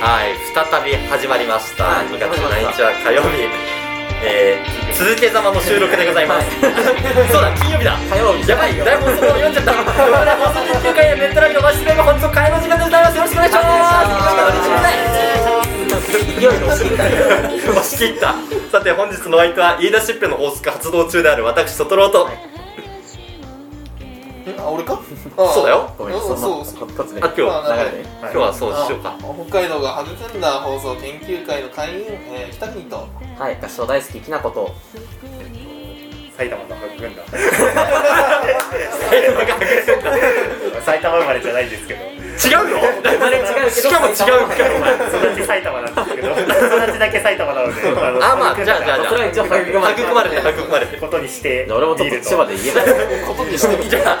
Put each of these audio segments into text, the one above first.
はい再び始まりました、はい2月7日は火曜日、えー、続けざまの収録でございます そうだ金曜日だ火曜日やばい大放送も読んじゃった大放送19回ネットラビのマシュルーム本日も火曜の時間でございますよろしくお願いしますいよいよ押してきた押し切ったさて本日のお相手は飯田シップの大塚活動中である私トトローと、あ、俺かそうだよごめんあそんなそうそこう突然あ今日はまあ流れで今日はそうしようかあ北海道が育んだ放送研究会の会員、えー、北国とはい合唱大好ききなこと埼玉の白軍団 埼玉が白線だ埼玉生まれじゃないんですけど 違うの生まれ違うけどしかも違うんかよお前育ち埼玉なんですけど育ちだけ埼玉なのであの あまあじゃあじゃあじゃあそれは一応育まれて育まれて育まれてことにして俺もちょっと千葉で言えないことにしてみじゃあ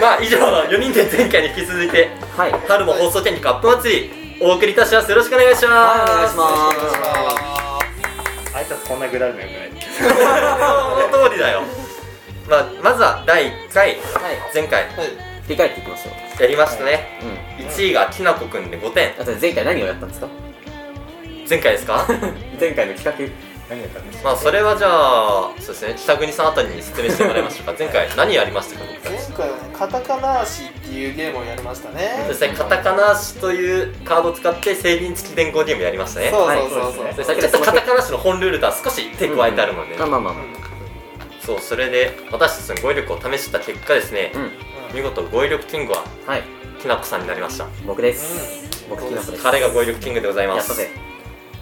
まあ以上の4人で前回に引き続いてはいはい春も放送権利カップ祭りお送りいたしますよろしくお願いしおます願いしま挨拶こんなぐだるのよくないすその通りだよまあまずは第1回すはい前回はい、振り返っていきましょうやりましたねうん1位がきなこくんで5点あと前回何をやったんですか前回ですか前回の企何やったんですまあそれはじゃあそうですね北国さんあたりに説明してもらいましょうか前回何やりましたか僕たち前回はねカタカナーシっていうゲームをやりましたねそしてカタカナ足というカードを使って成人付き伝言ゲームやりましたねそうそうそうそう、はいそしてちょっとカタカナ足の本ルールとは少し手加えてあるので、画あまあまあまそうそれで私たちの語彙力を試した結果ですねあ、うん見事語彙力キングははいきなこさんになりました僕です僕きなこです彼が語彙力キングでございまやったすぜ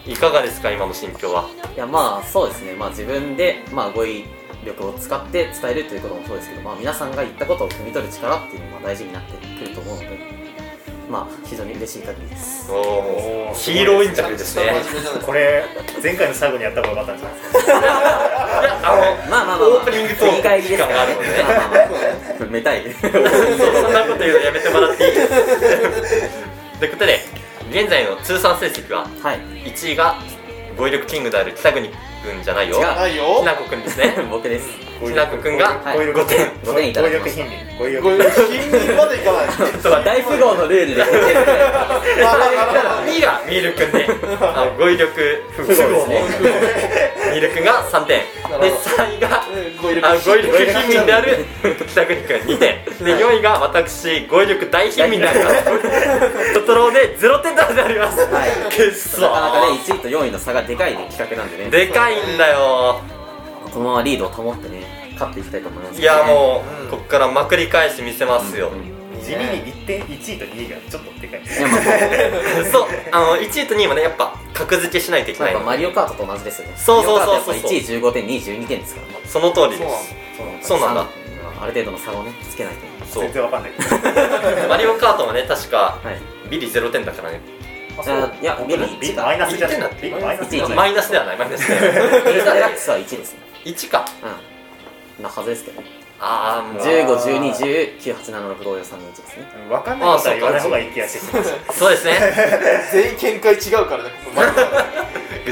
いかがですか今の心境はいやまあそうですねまあ自分でまあ語彙力を使って伝えるということもそうですけどまあ皆さんが言ったことを汲み取る力っていうのが大事になってくると思うのでまあ非常に嬉しい限りですおおおーヒーローインタビューですね真面目じゃないこれ前回の最後にやった方がよかったんじゃないですあまあまあまあ、まあ、オープニングトーク振り返りですからねがまあまあまあめたいの そうそんなこと言うのやめてもら っていいということで現在の通算成績ははい 1位が語彙力キングである北国くんじゃないよ違うきないよなこくんです ね僕ですきなこくんがはかい語彙力5点5点いた語だ彙きまし力品理語彙これ力金にまでい かないちょっと待たって大富豪のルールで決定するまあまあまあまあ2位がミールくんであの語彙力不合ですねミールくんが3点なでるほど3位がうん語彙あ力語彙力貧民である北国くん2点で4位が私語彙力大貧民でありますトトローで0点となりますはいくっそなかなかね1位と4位の差がでかい、ね、企画なんでねでかいんだよこのままリードを保ってね勝っていきたいと思いますいけどね、やもううんこっからまくり返してみせますようんうん地味に1点1位と2位がちょっとでかいいやまあそうあの1位と2位はねやっぱ格付けしないといけやなっいぱマのリオカートと同じですよねそうそうそうそうマリオカートやっぱ1位15点2位12点ですからねその通りでそうなんだある程度の差をねつけないとすそう全然わかんないけどマリオカートはね確かはいビリ0点だからねあそうあいやビリ1 B だマイナスじゃ1な点だい B マイナスじゃないマイナスではないマイナスではない ビリデラックスは1ですね1かうんなはずですけどああもう15121987654321ですねわかんないことは言わない方がいい気がしてきましたそうですね全員見解違うからねここまで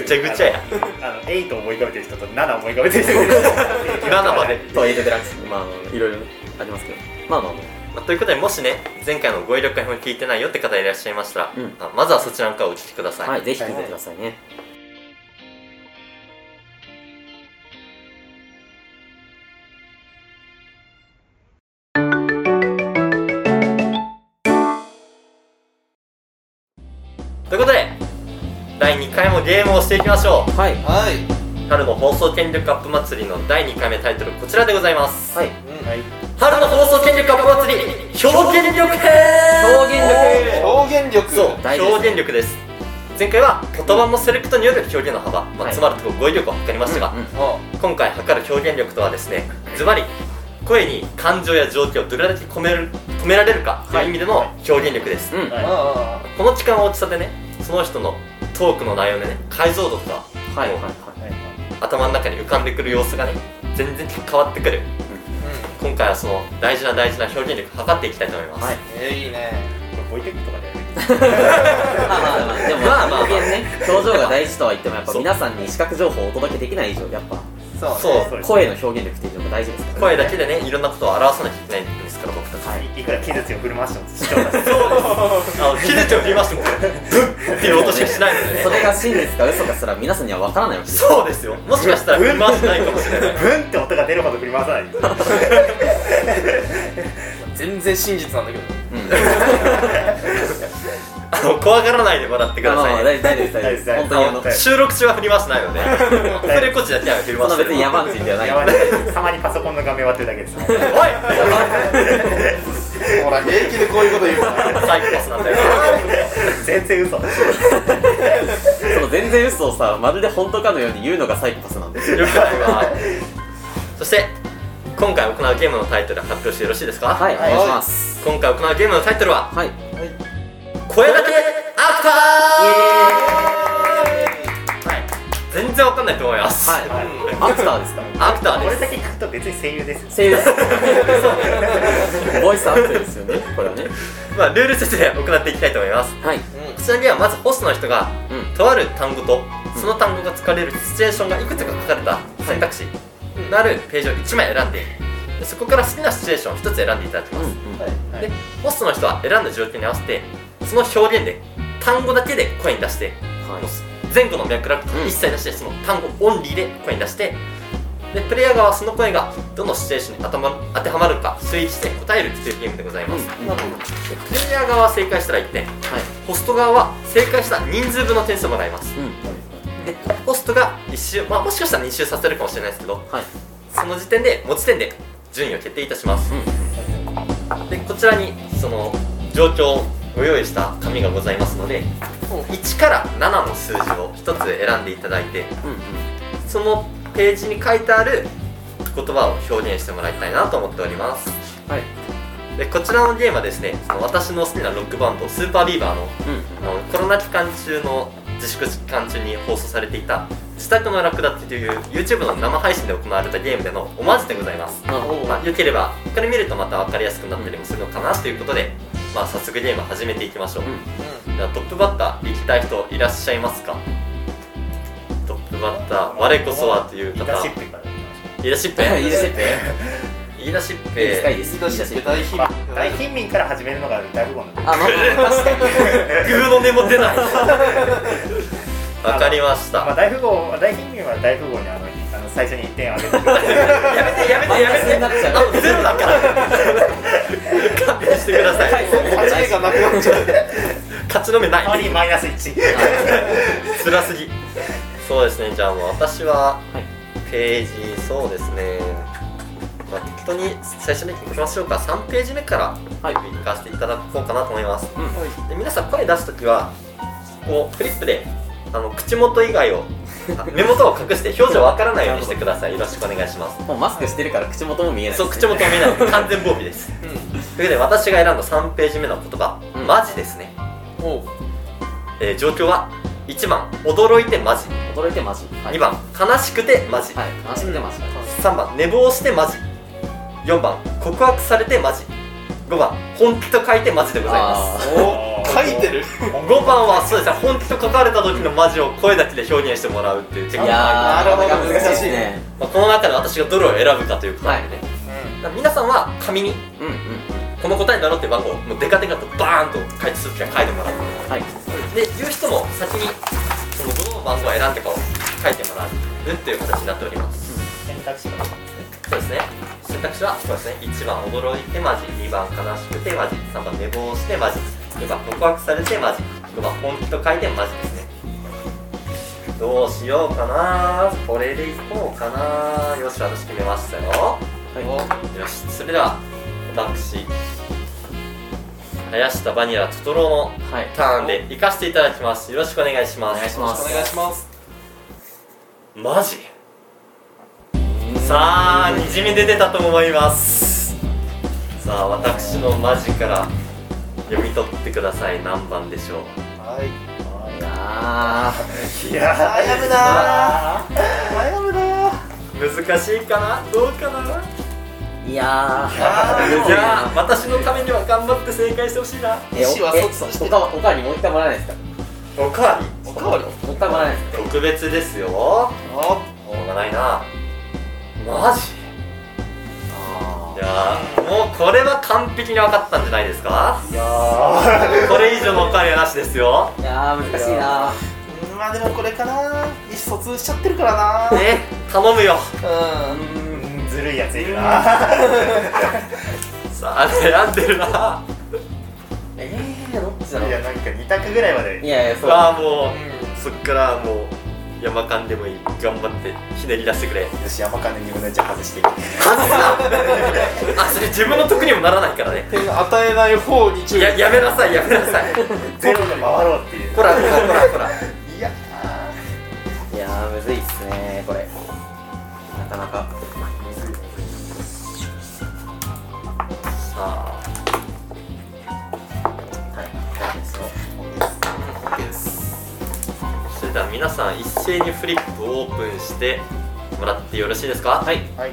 ぐちゃぐちゃやあの8を思い浮かべてる人と7を思い浮かべてる人が いる7までトイレデラックスまああのいろいろねありますけどまあまあままあということでもしね前回の語彙力解放聞いてないよって方いらっしゃいましたら、うんあまずはそちらの回をお聞きください、あはいぜひ聞いてくださいねということで第2回もゲームをしていきましょはいはい、う春の放送権力アップ祭りの第2回目タイトルこちらでございますはいうんはい春の放送権力アップ祭り表現力編表現力表現力そう、大事ですね表現力です前回は言葉のセレクトによる表現の幅、まあはいつまるところ語彙力を測りましたが、うんうんあ今回測る表現力とはですねズバリ声に感情や情景をどれだけ込める込められるかという意味での表現力です、うんあああこの時間は大きさでねその人のトークの内容でね解像度とかはいはいはい頭の中に浮かんでくる様子がね全然変わってくるう今回はその大事な大事な表現力測っていきたいと思います、はいんえーいいねボイテックとかでまあまあまあでもままああままああ表現ね表情が大事とは言ってもやっぱそう皆さんに視覚情報をお届けできない以上やっぱそうねそう声の表現力っていうのが大事ですからね声だけでねいろんなことを表さなきゃいけないんですから僕たち、はい いくら気絶を振る舞わしても視聴者あの切れておりますもんぶっっていう音しかしないのでね それが真実か嘘かすら皆さんには分からないわけですよそうですよもしかしたら振り回してないかもしれ ないブンって音が出るほど振り回さない全然真実なんだけどうんあの怖がらないでもらってくだまあまさあいね大丈夫です大丈夫です本当にあのあの収録中は振り回してないのでオフレコっちだけは振りそ回んなしてる別に野蛮人ではないやばいたまにパソコンの画面割ってるだ けですおい ほら平気でこういうこと言うからサイコパスなんだよ全然嘘その全然嘘をさまるで本当かのように言うのがサイコパスなんですよよくないわそして今回行うゲームのタイトル発表してよろしいですかはいお願いします今回行うゲームのタイトルははい「声だけアフター」はい全然わかんないと思いますはいはいアクターですからアフターでこれすだけ聞くと別に声優ですよ声優ですボイスアクターですよねこれはねまあルール説明を行っていきたいと思いますはいこちらにはまずホストの人がうんとある単語とその単語が使われるシチュエーションがいくつか書かれた選択肢のあるページを1枚選んででそこから好きなシチュエーションを1つ選んでいただきうまんうす、んはいでホストの人は選んだ状況に合わせてその表現で単語だけで声に出してはい前後の脈絡とか一切出してその単語オンリーで声に出してでプレイヤー側はその声がどのシチュエーションに当て,、ま、当てはまるか推理して答えるっていうゲームでございます、うんなはるほどでプレイヤー側は正解したら1点いホスト側は正解した人数分の点数をもらいますうんでホストが1周、まあ、もしかしたら2周させるかもしれないですけどはいその時点で持ち点で順位を決定いたしますうんでこちらにその状況をご用意した紙がございますので1から7の数字を1つ選んでいただいてうんそのページに書いてある言葉を表現してもらいたいなと思っておりますはいでこちらのゲームはですねその私の好きなロックバンドスーパービーバーのうんうんあのコロナ期間中の自粛期間中に放送されていた「自宅の楽だっていう YouTube の生配信で行われたゲームでのオマージュでございますなるほどまあ、よければこれ見るとまた分かりやすくなったりもするのかなということで、まあ、早速ゲームを始めていきましょう、うではトップバッター行きたい人いらっしゃいますかトップバッター我こそはというリ方ーダーシップから言い出しっぺんいいですね言い出しっいいですかいいぺです出しいいてです大ヒまッあト大貧民から始めるのが大富豪なんであまあまあまあ確かに グーの根も出ないわかりましまあた大富豪大貧民は大富豪にあのあの最初に1点あげてくれるやめてやめてやめてマイナスになっちゃうあゼロだから勘弁してください8年がなくなっちゃう勝ちのめない代わりにマイナス1辛すぎそうですねじゃあもう私ははいページそうですね、まあ、適当に最初に行きましょうか3ページ目からはい行かせていただこうかなと思います、うんで皆さん声出す時はこうフリップであの口元以外 をあ目元を隠して表情わからないようにしてくださいよろしくお願いしますもうマスクしてるから口元も見えないそう口元見え ない完全防備ですということで私が選んだ3ページ目の言葉、うんマジですね、うんおうえー状況は1番驚いてマジ驚いてマジはい2番悲しくてマジ、はい話してマジ3番寝坊してマジ4番告白されてマジ5番本気と書いてマジでございまあすお書いてる5番はそうですね本気と書かれた時のマジを声だけで表現してもらうっていうテいクやニッークまななるほどかなか難しいですねあ、この中で私がどれを選ぶかということなんでね、だから皆さんは紙にうんうんこの答えだろうっていう番号をもうデカデカとバーンと書いてするきは書いてもらうはいで言う人も先にそのどの番号を選んでかを書いてもらうっていう形になっております選択肢がそうですね選択肢はそうですね1番驚いてマジ2番悲しくてマジ3番寝坊してマジ4番告白されてマジ5番本気と書いてマジですねどうしようかなこれでいこうかなよし私決めましたよよはいしそれでは私林田バニラトトロのはいターンで行かせていただきますよろしくお願いしますお願いしおます願いしますマジさあにじみ出てたと思いますさあ私のマジから読み取ってください何番でしょうはいいやいや悩むな ー悩むなー難しいかなどうかなーいやいやー私のためには頑張って正解してほしいなえ意思はえ卒々してる他は他にもう一回もらえないですかおかわりおかわりもう一回もらえないですか特別ですよもあうがないなマジあいやーもうこれは完璧に分かったんじゃないですかいやこれ以上のおかわりはなしですよいやー難しいなうんまあでもこれかな意思疎通しちゃってるからなえ頼むようんーうんずるいやつ いるなさあ悩んでるなえー、どっちだろいうやなんか2択ぐらいまいでやいやそうああもうそっからもう山間でもいい頑張ってひねり出して くれよし山金にもねじゃあ外していくあそれ自分の得にもならないからね点与えない方に注意ややめなさいやめなさいゼロで回ろうっていうほらほらほらほらいいややーむずいっすねこれなかなかさあはいそうですよそれでは皆さん一斉にフリップオープンしてもらってよろしいですかはいははいい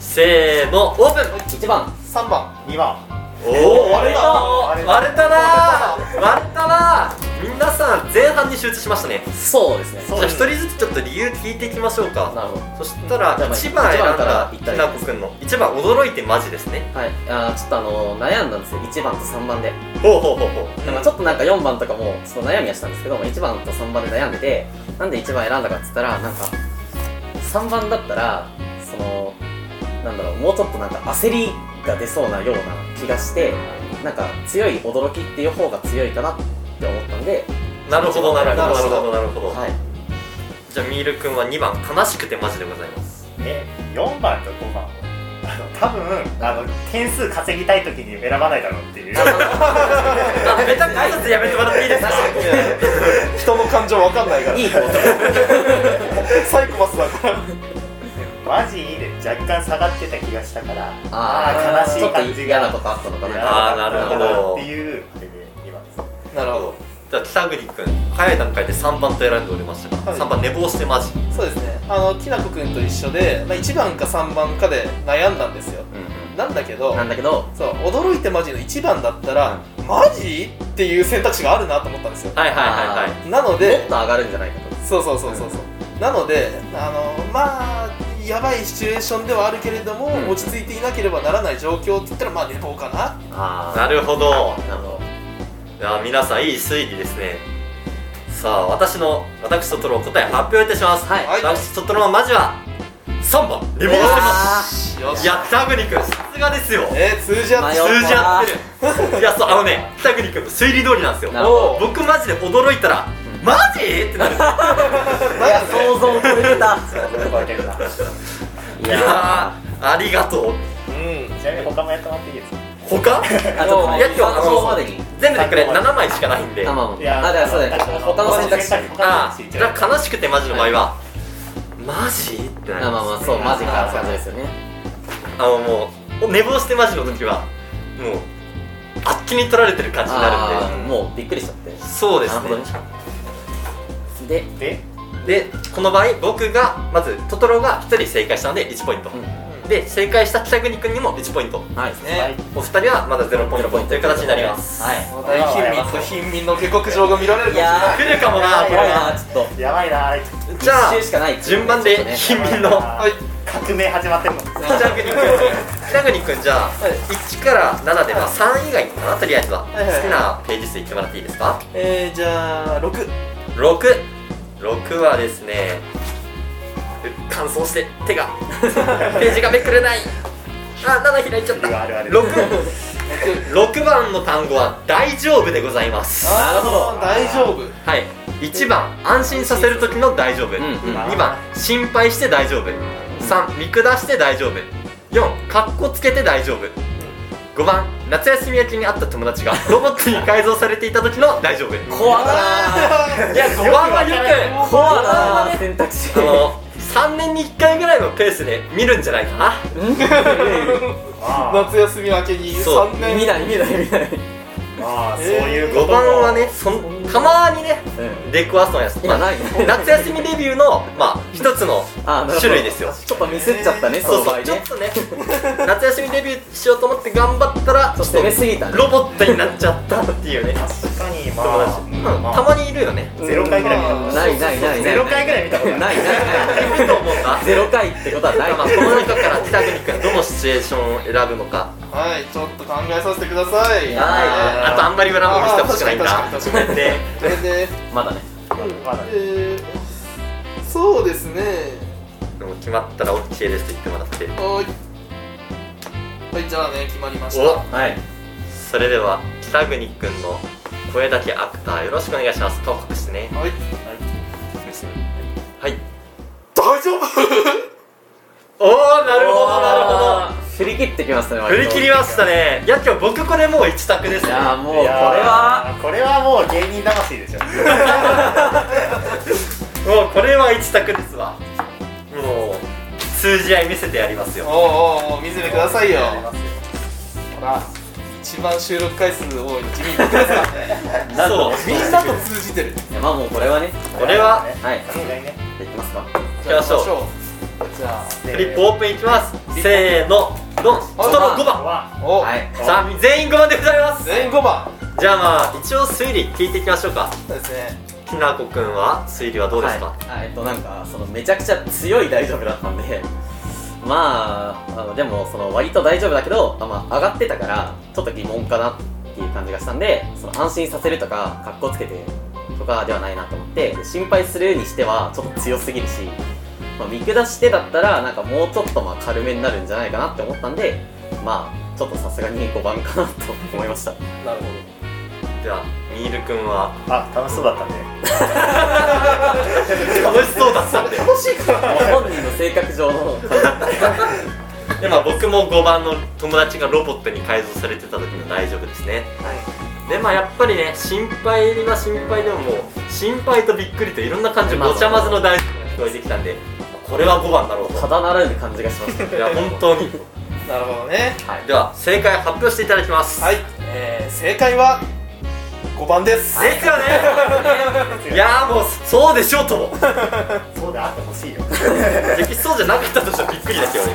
せーのオープン1番3番2番おおおー割れた割れた割れたなー割れたなー皆さん前半に集中しましたねそうですねじそゃうあで一す人ずつちょっと理由聞いていきましょうかなるほそどしたらじゃあまあ1番選ん一番からだ一き体なこくんの1番驚いてマジですねはいあーちょっとあのー、悩んだんですよ1番と3番でほうほうほうほうなんかちょっとなんか4番とかもちょっと悩みはしたんですけど、まあ、1番と3番で悩んでてなんで1番選んだかっつったらなんか3番だったらそのなんだろうもうちょっとなんか焦りが出そうなような気がしてなんか強い驚きっていう方が強いかなって思ったんでなるほどなるほどなるほどなるほどはいじゃあミールくんは2番悲しくてマジでございますえ4番と5番あの多分あの点数稼ぎたい時に選ばないだろうっ ていうあベタ挨拶やめてもらっていい ですか人の感情わかんないからいい方サイコパスだからマジいいで若干下がってた気がしたからあーー悲ちしょっいと感じ嫌ながことあったのか嫌なあーなるほどっていうあれで今ですなるほどじゃあ北国くん早い段階で3番と選んでおりましたがはい3番寝坊してマジそうですねあのきなこくんと一緒で、まあ、1番か3番かで悩んだんですようんなんだけどなんだけどそう驚いてマジの1番だったら、マジっていう選択肢があるなと思ったんですよはいはいはいはいなのもっでと上がるんじゃないかとそうそうそうそうそう、なのであのまあやばいシチュエーションではあるけれども、うん落ち着いていなければならない状況って言ったらまあ寝坊かなあなるほどなるほどいや皆さんいい推理ですねさあ私の私トトロ答え発表いたしますはいはい私トトロのマジは3番寝坊してますよしいや北国くんさすがですよえー、通じ合っ迷てう通じ合ってるいやそうあのね北国くんの推理通りなんですよなるほどおう僕マジで驚いたら「マジ?」ってなる なんかね想像を超えてた超えてるないやーありがとううんちなみに他もやってもらっていいですか他あちょっとねいや今日参考までに全部でこれ7枚しかないんであ、あまあまあ、あ、だからそうだよね。他の選択肢。あ、あ肢じゃあ悲しくてマジの場合は「マジ?」ってなりまあますまあ、そう、マジか、感じですよね。あのもう寝坊してマジの時はもうあっきに取られてる感じになるんあでーもうびっくりしちゃって。そうですなるほどねねで、ででこの場合僕がまずトトロが1人正解したので1ポイント、うんで正解した北国君にも1ポイントはい。はねいお二人はまだ0ポイントという形になりますはい。また貧民と貧民の下克上が見られるかもしいれやなー、来るかもなここれれはちょっやばいなと、じゃあ一周しかない。順番でちょっとね貧民のいはい革命始まってるの北国君北国君じゃあはい1から7で、まあ、3以外かなとりあえずは好はいはいはいきなページ数いってもらっていいですかえー、じゃあ6 66はですねう乾燥して手がページがめくれないあ7開いちゃったあるある6 6番の単語は「大丈夫」でございますあなるほどー大丈夫はい1番安心させる時の「大丈夫」うんうん2番心配して大丈夫3見下して大丈夫4かっこつけて大丈夫5番夏休み明けに会った友達がロボットに改造されていた時の「大丈夫」コアだなや5番はよー。くコアだなー、選択肢。あの3年に1回ぐらいのペースで見るんじゃないかなまあ夏休み明けにそう3年見ない、見ない、見ない。まあそういうこ5とも番はねそんたまーにね出くわすのやつ今ないね夏休みレビューのまあ一つのあー、なるほど種類ですよちょっとミスっちゃったね、そそうのそ場う、合ちょっね。とね、夏休みデビューしようと思って頑張ったら、ちょっと攻めすぎたねロボットになっちゃったっていうね。確かにまあうんたまにいるよねゼロ回ぐらい見たことないないないないゼロ回ぐらい見たことないないないいると思ったゼロ回ってことはないまあ、この中から北国君どのシチュエーションを選ぶのかはいちょっと考えさせてくださいあとあんまり裏も見せてほしくないんだあー確かに確かに確かにでそれで、まだねまだえー、そうですねでも決まったら OK ですと言ってもらってはいはいじゃあね決まりましたおはいそれでは北国君の声だけアクターよろしくお願いします東北ですねはいはい大丈夫おおなるほどなるほど振り切ってきましたねど振り切りましたねいや今日僕これもう一択ですいねやーもうこいれやーはこれはもう芸人魂ですよもうこれは一択ですわもう数字合い見せてやりますよおうおうおう見せてくださいよやりますよほら一番収録回数多いの君僕ですからねなんとそうみんなと通じてるいやまあもうこれはねこれははいさすがにねできますかきましょうじゃあ行きましょうじゃフリップオープンいきますせーのドンストロー5番はあおはいいさあ全員5番でございます全員5番じゃあまあ一応推理聞いていきましょうかそうですねきなこくんは推理はどうですか、はい、あえっとなんかそのめちゃくちゃ強い大丈夫だったんで まああのでもその割と大丈夫だけど、あまあ、上がってたからちょっと疑問かなっていう感じがしたんでその安心させるとかかっこつけてとかではないなと思ってで心配するにしてはちょっと強すぎるし、まあ、見下してだったらなんかもうちょっとまあ軽めになるんじゃないかなって思ったんでまあちょっとさすがに5番かなと思い ましたなるほどではみーるくんはあ楽しそうだったんで楽しそうだったんで楽しいかなもう本人の性格上の感じでまあ僕も5番の友達がロボットに改造されてた時の大丈夫ですねでまあやっぱりね心配は心配でももう心配とびっくりといろんな感情ごちゃまぜの大丈夫が聞こえてきたんでこれは5番だろうただならぬ感じがしましたといや本当になるほどねでは正解発表していただきますはい、えー、正解は5番です、ですよねいやーもうそうでしょうともそうであってほしいよできそうじゃなかったとしてもびっくりですよね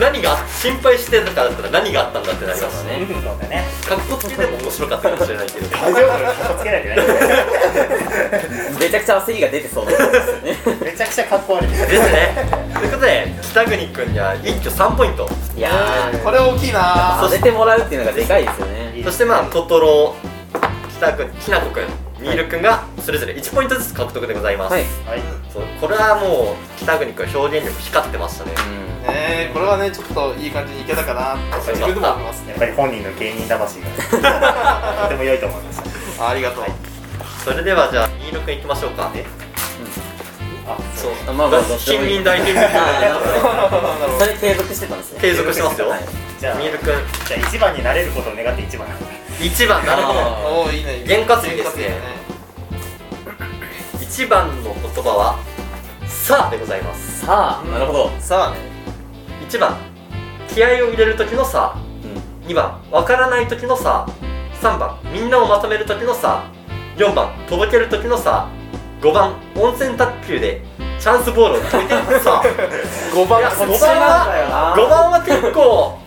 何が心配してたからだったら何があったんだってなりますねそうだねかっこつけても面白かったかもしれないけど大丈夫かっこつけなきゃいけないめちゃくちゃ焦りが出てそうな感じですよねめちゃくちゃかっこ悪いですねということで北国君には一挙3ポイントいやーこれ大きいな当ててもらうっていうのがでかいですよねそしてまあトトロ北国きなこ君ミール君がそれぞれ1ポイントずつ獲得でございます、はいはいそうこれはもう北国君表現力光ってましたねうねこれはねちょっといい感じにいけたかなって自分でも思いますねやっぱり本人の芸人魂がとても良いと思いましたありがとう、それではじゃあミール君いきましょうかあそうあまあまあ近隣大変みたいあーなるほどなるほんそれ継続してたんですね継続してますよはいじゃあミール君じゃあ一番になれることを願って一番1番なるほどあどおおいいね験担ぎですね1番の言葉は「さあ」でございますさあなるほど験担ぎですねさあね1番気合を入れる時の「さあ」う2番わからない時の「さあ」3番みんなをまとめる時の「さあ」4番届ける時の「さあ」5番温泉卓球でチャンスボールを決めてる さあ5い番やこっ5ち番なんだよは5番は結構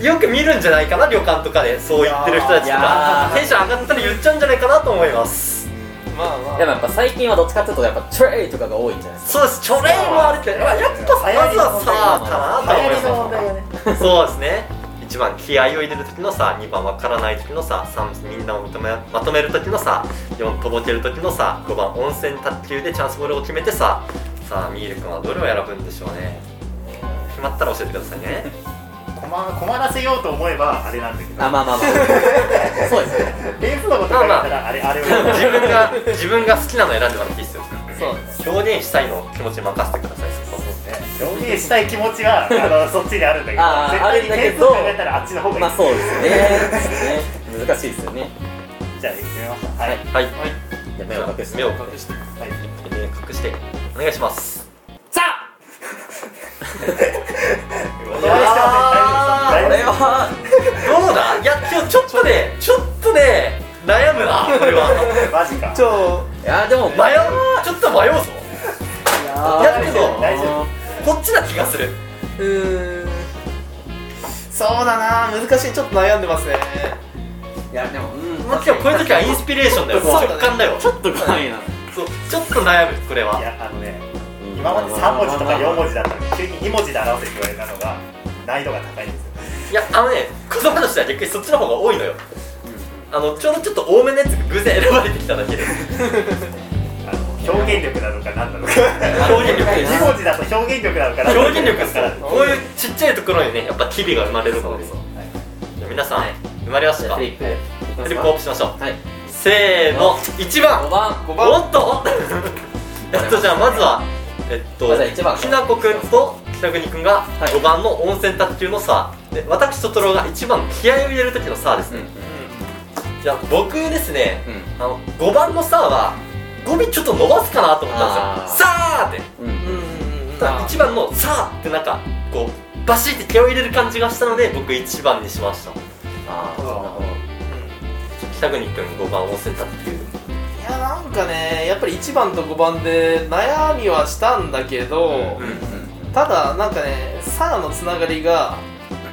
よく見るんじゃないかな旅館とかでそう言ってる人たちいとやかーテンション上がったら言っちゃうんじゃないかなと思いますまあまあんでもやっぱ最近はどっちかっていうとやっぱトレイとかが多いんじゃないですそかうですチョレイもあるけどまあやっぱまずはさあかなと思いますがねそうですね1番気合を入れる時のさ2番わからない時のさ3みんなを認めまとめる時のさ4届ける時のさ5番温泉卓球でチャンスボールを決めてささあミール君はどれを選ぶんでしょうね決まったら教えてくださいね困困らせようと思えばあれなんだけどあまあまあまあ そうですね点数のこと考えたらあれあれを自分が自分が好きなの選んでもらっていいですよそうです表現したいの気持ちに任せてくださいそこ表現したい気持ちはあのそっちにあるんだけどあー絶対あにるんだけ点数ど考えたらあっちの方がいい、まあそうですよねですね難しいですよねじゃあ行ってみますはい、はいはいじゃあ目を隠して目を隠隠してえー隠してお願いしますさあこれお断りしては絶対に大丈夫ですはどうだいや今日ちょっとねちょっとね悩むなこれはマジかちょいやでも迷うちょっと迷うぞあやーるけど大丈夫こっちな気がするうーんそうだな難しいちょっと悩んでますねいやでもうんもちろんこういう時はインスピレーションだよそうだね直感だよちょっと怖いなそうちょっと悩むこれはいやあのね今まで3文字とか4文字だったのに急に2文字で表せって言われたのが難易度が高いんですよいやあのね言葉としては逆にそっちの方が多いのよあのちょうどちょっと多めのやつが偶然選ばれてきただけであの表現力なのか何なのか表現力はい2文字だと表現力なのかな 表現力ですからはこういうちっちゃいところにねやっぱ機微が生まれるのでいじゃあ皆さん、生まれましじたゃあかフフリリップフップオープンしましょうはいせーの1番5番5お番っと えっとじゃあまずはえっとまずは一番きなこくんと北国くんがはい5番の温泉卓球のさで私ととろが1番の気合を入れる時のさですうんうんね、じゃあ僕ですねうんあの5番のさは語尾ちょっと伸ばすかなと思ったんですよさーってうんうんうんうんうんうんただ1番のさーってなんかこうバシッて気合を入れる感じがしたので僕1番にしましたああなるほど北国くん5番温泉卓球いやなんかねやっぱり1番と5番で悩みはしたんだけど、うんただなんかねサラのつながりが、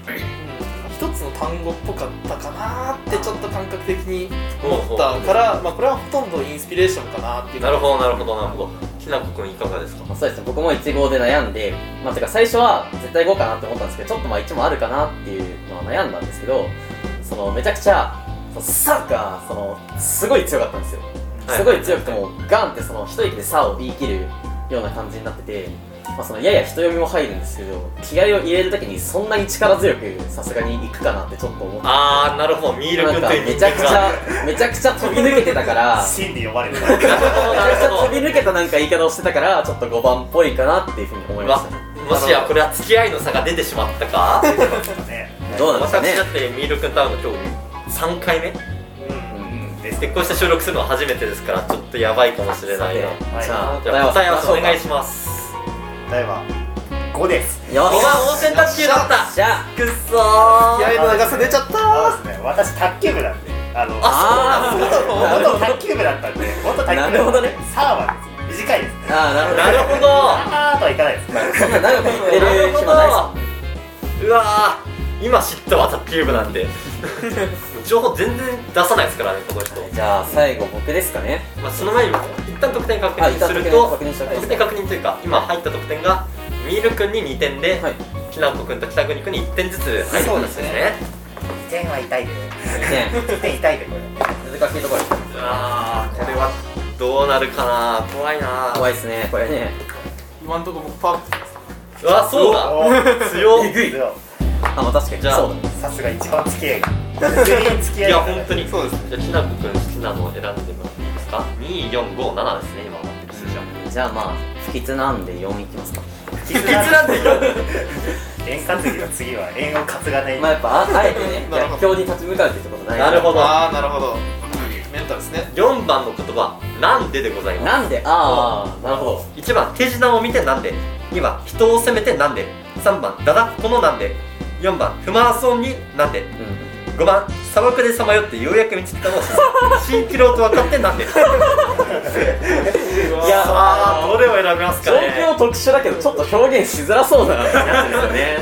うん、一つの単語っぽかったかなーってちょっと感覚的に思ったから、まあ、これはほとんどインスピレーションかなっていうなるほどなるほどなるほどきなこくんいかがですかそうですね僕も1号で悩んでまあてか最初は絶対5かなって思ったんですけどちょっとまあ1もあるかなっていうのは悩んだんですけどそのめちゃくちゃそのさがそのすごい強かったんですよはいすごい強くてもうガンってその一息で「さ」を言い切るような感じになってて、まあ、そのやや人読みも入るんですけど気合を入れるときにそんなに力強くさすがにいくかなってちょっと思ってあーなるほどミール君なんかというめちゃくちなるゃめちゃくちゃ飛び抜けてたから芯で呼ばれるほどめちなゃくちるゃほ飛び抜けたなんか言い方をしてたからちょっと5番っぽいかなっていうふうに思いましたねどもしやこれは付き合いの差が出てしまったかねどうなんですかね私だってミール君と会うの今日3回目うんうんですでこうして収録するのは初めてですからちょっとやばいかもしれないなさてはいじゃあじゃあ答答ええ合わ合わせせおお願願いいしします答えは5ですよ5番温泉卓球だったじゃあくっそー気合の長さ出ちゃったーそうですね私卓球部なんであのあそうなだんなるほ元ど卓球部だったんで元卓球部だったんなでるほどねサーはですね短いですねああなるほどなるほどあーとはいかないですねそんな長く言ってる暇ないっすもんねうわー今知ったわ卓球部なんて情報全然出さないですからねこの人、じゃあ最後僕ですかねまあ、その前に一旦得点確あ一認す旦得る点と確認しておきま得す点確認というか今入った得点がミール君に2点で、はいきなこ君と北国君に1点ずつ入ってそうまですすねね点は痛いで2点2点痛いでこれ難しいところですああこれはどうなるかな怖いな怖いですねこれね今んとこ僕パーフェクトですうわそうだおー強えぐいあまあ確かにじゃあそうだねさすが一番付き合いが全員付いき合いやが本当にそうですじゃあきなこ君好きなのを選んでもらっていいですか2457ですね今持ってる数字はじゃあまあ不吉なんで4いきますか不吉なん で円担ぎの次は円を担がないまあやっぱああえてねなるほ逆境に立ち向かうってことないなるほどああなるほどいいメンタルですね4番の言葉「なんで」でございますなんでああなるほど1番手品を見てなんで2番人を責めてなんで3番だだっこのなんで4番不満そうになんでうん5番砂漠でさまよってようやく見つけたのを蜃気楼と分かって なんでいやあーどれを選びます状況特殊だけどちょっと表現しづらそうなやつですよね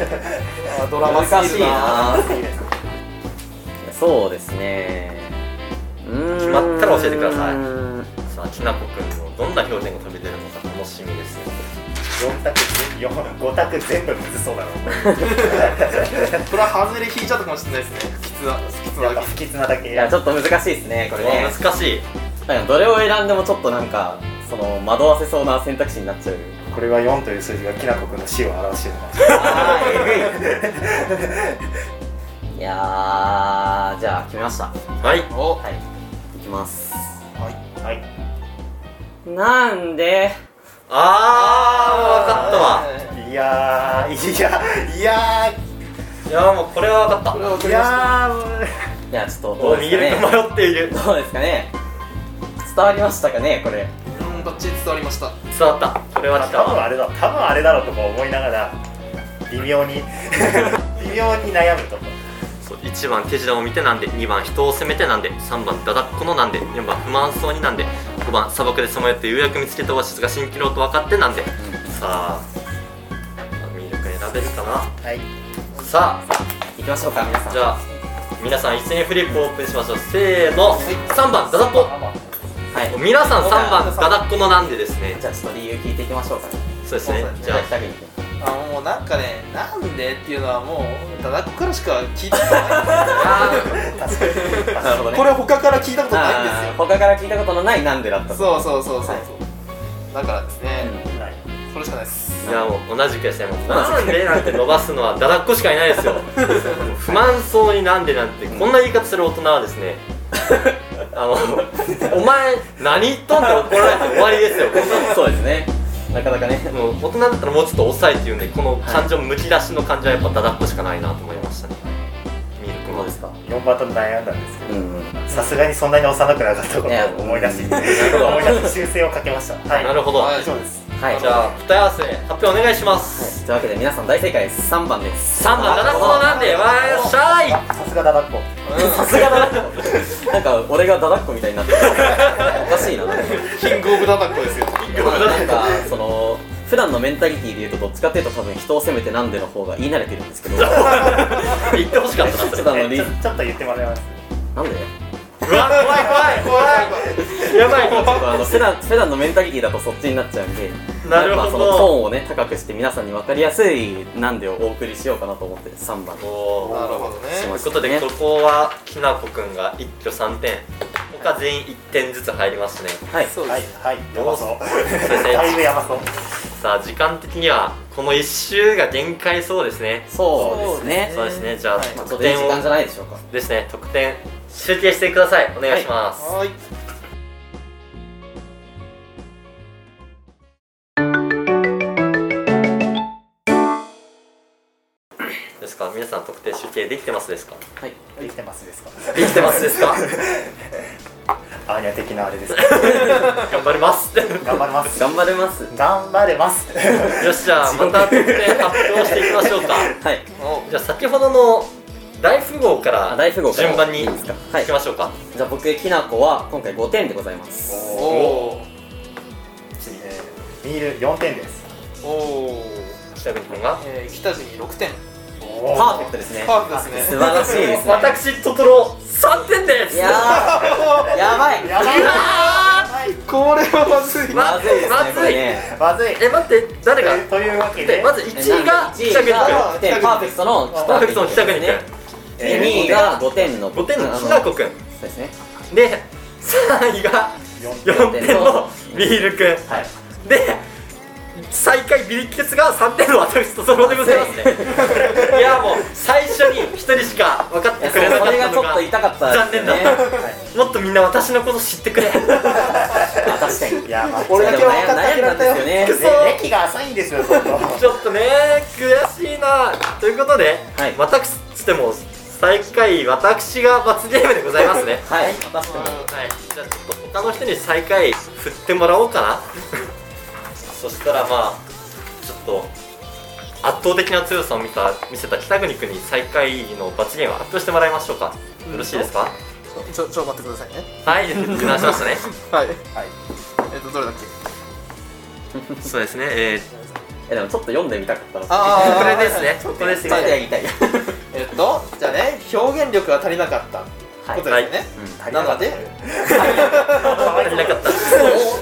あードラマ難すしぎいるなな次ですそうですねうーん決まったら教えてくださいうん さあきなこくんのどんな表現が飛び出るのか楽しみですね4択全4 5択全部むずそうだなこれは外れ引いちゃったかもしれないですねきつなきつなやっだけぱ不吉なだけいやちょっと難しいですねこれね難しいなんかどれを選んでもちょっとなんかその惑わせそうな選択肢になっちゃうこれは4という数字がきなこくんの死を表してるなあーえ ぐいいやーじゃあ決めましたははいおいいきますはいなんであー分かったわいやーいやいやいやーもうこれは分かこっれは分かりましたーいやいやちょっとたおどうーです右かにね迷っているどうですかね伝わりましたかねこれうんばっちり伝わりました伝わったこれはー来た多分わあれだ多分あれだろうとか思いながら微妙に微妙に悩むと思うそう1番手品を見てなんで2番人を責めてなんで3番だだっこのなんで4番不満そうになんで5番砂漠でさまよってようやく見つけたオアシスが蜃気楼と分かってなんでさあミール君選べるかなはいさあいきましょうか皆さんじゃあ皆さん一斉にフリップオープンしましょうせーの3番ダダっあこまあはい皆さん3番ダダっこのなんでですねじゃあちょっと理由聞いていきましょうかねそうですねそうですねじゃあ北国君あもうなんかねなんでっていうのはもうダダっこからしか聞いたことない確かになるほどね これ他から聞いたことないんですよあー他から聞いたことのないなんでだったとそうそうそうそはう、いだからですね、ないこれしかないですいやもう同じくですねもうなんでなんて伸ばすのはだだっこしかいない ですよもう不満そうになんでなんてこんな言い方する大人はですね あのお前何言っとんって怒られて終わりですよそうですねなかなかねもう大人だったらもうちょっと抑えて言うんでこの感情むき出しの感じはやっぱだだっこしかないなと思いましたねミルクどもうですか4番と悩んだんですけどんさすがにそんなに幼くなかったことを思い出しい思やい出し修正をかけましたはいなるほど、はい以上ですはいじゃあ答え合わせ発表お願いします、はいというわけで皆さん大正解です3番です3番だだっこのなんでわーよっしゃーいさすがだだっこさすがだ ななんか俺がダダっ子みたいになってるおかしいななんかキングオブダダっこですよその普段のメンタリティでいうとどっちかっていうと多分人を責めてなんでの方が言い慣れてるんですけど言ってほしかったなそれちょっとあのえリちょちょっと言ってもらいますなんでうわ怖い怖い怖いやばいあの普段普段のメンタリティだとそっちになっちゃうんで なるほやっぱそのトーどンをね高くして皆さんに分かりやすいなんでをお送りしようかなと思って3番おでおなるほどねということでここはきなこくんが一挙3点他全員1点ずつ入りますねはいそうはでいすねはいやばそう先生だいぶやばそうさあ時間的にはこの1周が限界そうですねそうですねそうですねじゃあはいまあちょっ得といい時点間じゃをないでしょうかですね得点集計してくださいお願いします、はいですか皆さん得点集計できてますですかはいできてますですかできてますですかアーニャ的なあれです 頑張ります よ頑張ります頑張れます頑張れます しじゃあまた得点発表していきましょうかはいおじゃあ先ほどの大富豪かあら大富豪から順番にいいいですかはいきましょうかじゃあ僕きなこは今回5点でございますお次えーミール4点ですおお北国君がえー、北国6点おーパーフェクトですねパーフェクトです素晴ねらしいですね私トトロ3点ですいやーやばいやばいこれはま ずいなまずいですねまずいこれねまずいえ待って誰がというわけででまず1位が1位北国君がパ6点パーフェクトのーフェクトの北国君えー2位が5点の5点あのきなこくんそうですねで3位が4点4点のビールくんはいで最下位ビリケツが3点の私とそろでございますねいやもう最初に1人しか分かっいてやくそれれなかそっれたがちのょっがと痛かった残です念ねだもっとみんな私のこと知って くれあ確かにいやまあ俺だけは分かった悩んだんですよねけどね歴が浅いんですよちょっとちょっとね悔しいなということで、はい私つっても最下位私が罰ゲームでございますねはい確かにはいじゃあちょっと他の人に最下位振ってもらおうかな そしたらまあちょっと圧倒的な強さを見た見せた北国君に最下位の罰ゲームを発表してもらいましょうかよろしいですか、ちょちょ待ってくださいねはい油断しましたねはいはいえっとどれだっ けそうですねえー、えでもちょっと読んでみたかったなあーこれですねこれですちょっとやねりたいえっとじゃあね表現力が足りなかったはいことですよね、足りなかなったので足りなかった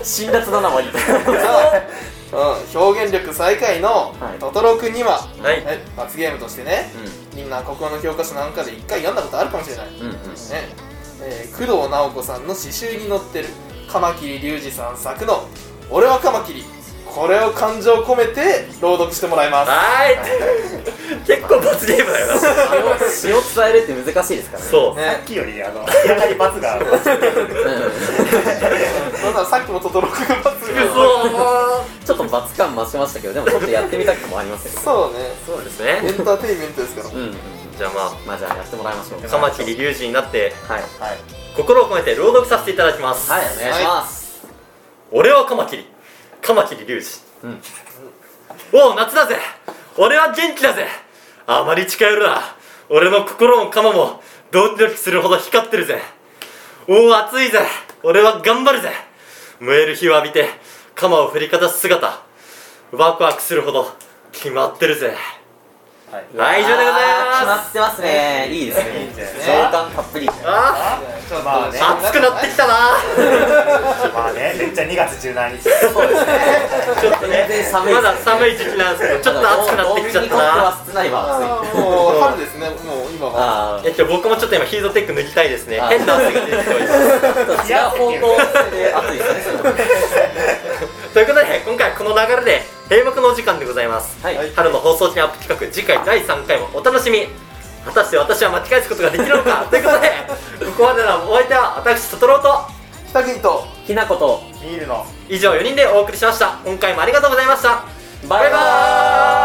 辛辣だな割とうん、表現力最下位のはいトトロ君には、はいえ罰ゲームとしてねみんな国語の教科書なんかで一回読んだことあるかもしれない、ねうんうんうんえー工藤直子さんの詩集に載ってるカマキリ隆二さん作の「俺はカマキリ」これを感情込めて朗読してもらいますはい 結構罰ゲームだよな 詩を伝えるって難しいですからねう、そう さねっきよりあの明らかに罰がん、なんならさっきもトトロ君が罰ゲームそちょっと罰感増しましたけどでもちょっとやってみたくもありますよそうねうですエねンターテインメントですからうんうんうんじゃあままあじゃあやってもらいましょうあかカマキリ龍二になってはいはい心を込めて朗読させていただきますはいお願いします、俺はカマキリカマキリ龍二うんおお夏だぜ俺は元気だぜあまり近寄るな俺の心も鎌もドキドキするほど光ってるぜおお暑いぜ俺は頑張るぜ燃える日を浴びて鎌を振りかざす姿ワクワクするほど決まってるぜはいはい以上でございま決まってますねいいですいいですねね情感たっぷりああちょっとまあねー熱くなってきたな まあねめっちゃ2月17日そうですねちょっとね全然寒いですねまだ寒い時期なんですけどちょっと暑くなってきちゃった道民にとってなは切ないわあーもう春ですねもう今はあえ今日僕もちょっと今ヒートテック脱ぎたいですねあ変な汗が出てきておりますー違う方向で暑いですねということで今回はこの流れで閉幕のお時間でございますはいはい春の放送時アップ企画次回第3回もお楽しみ果たして私は巻き返すことができるの かということでここまでのお相手は私トトローと北国とひなことビールの以上4人でお送りしました今回もありがとうございましたバイバーイ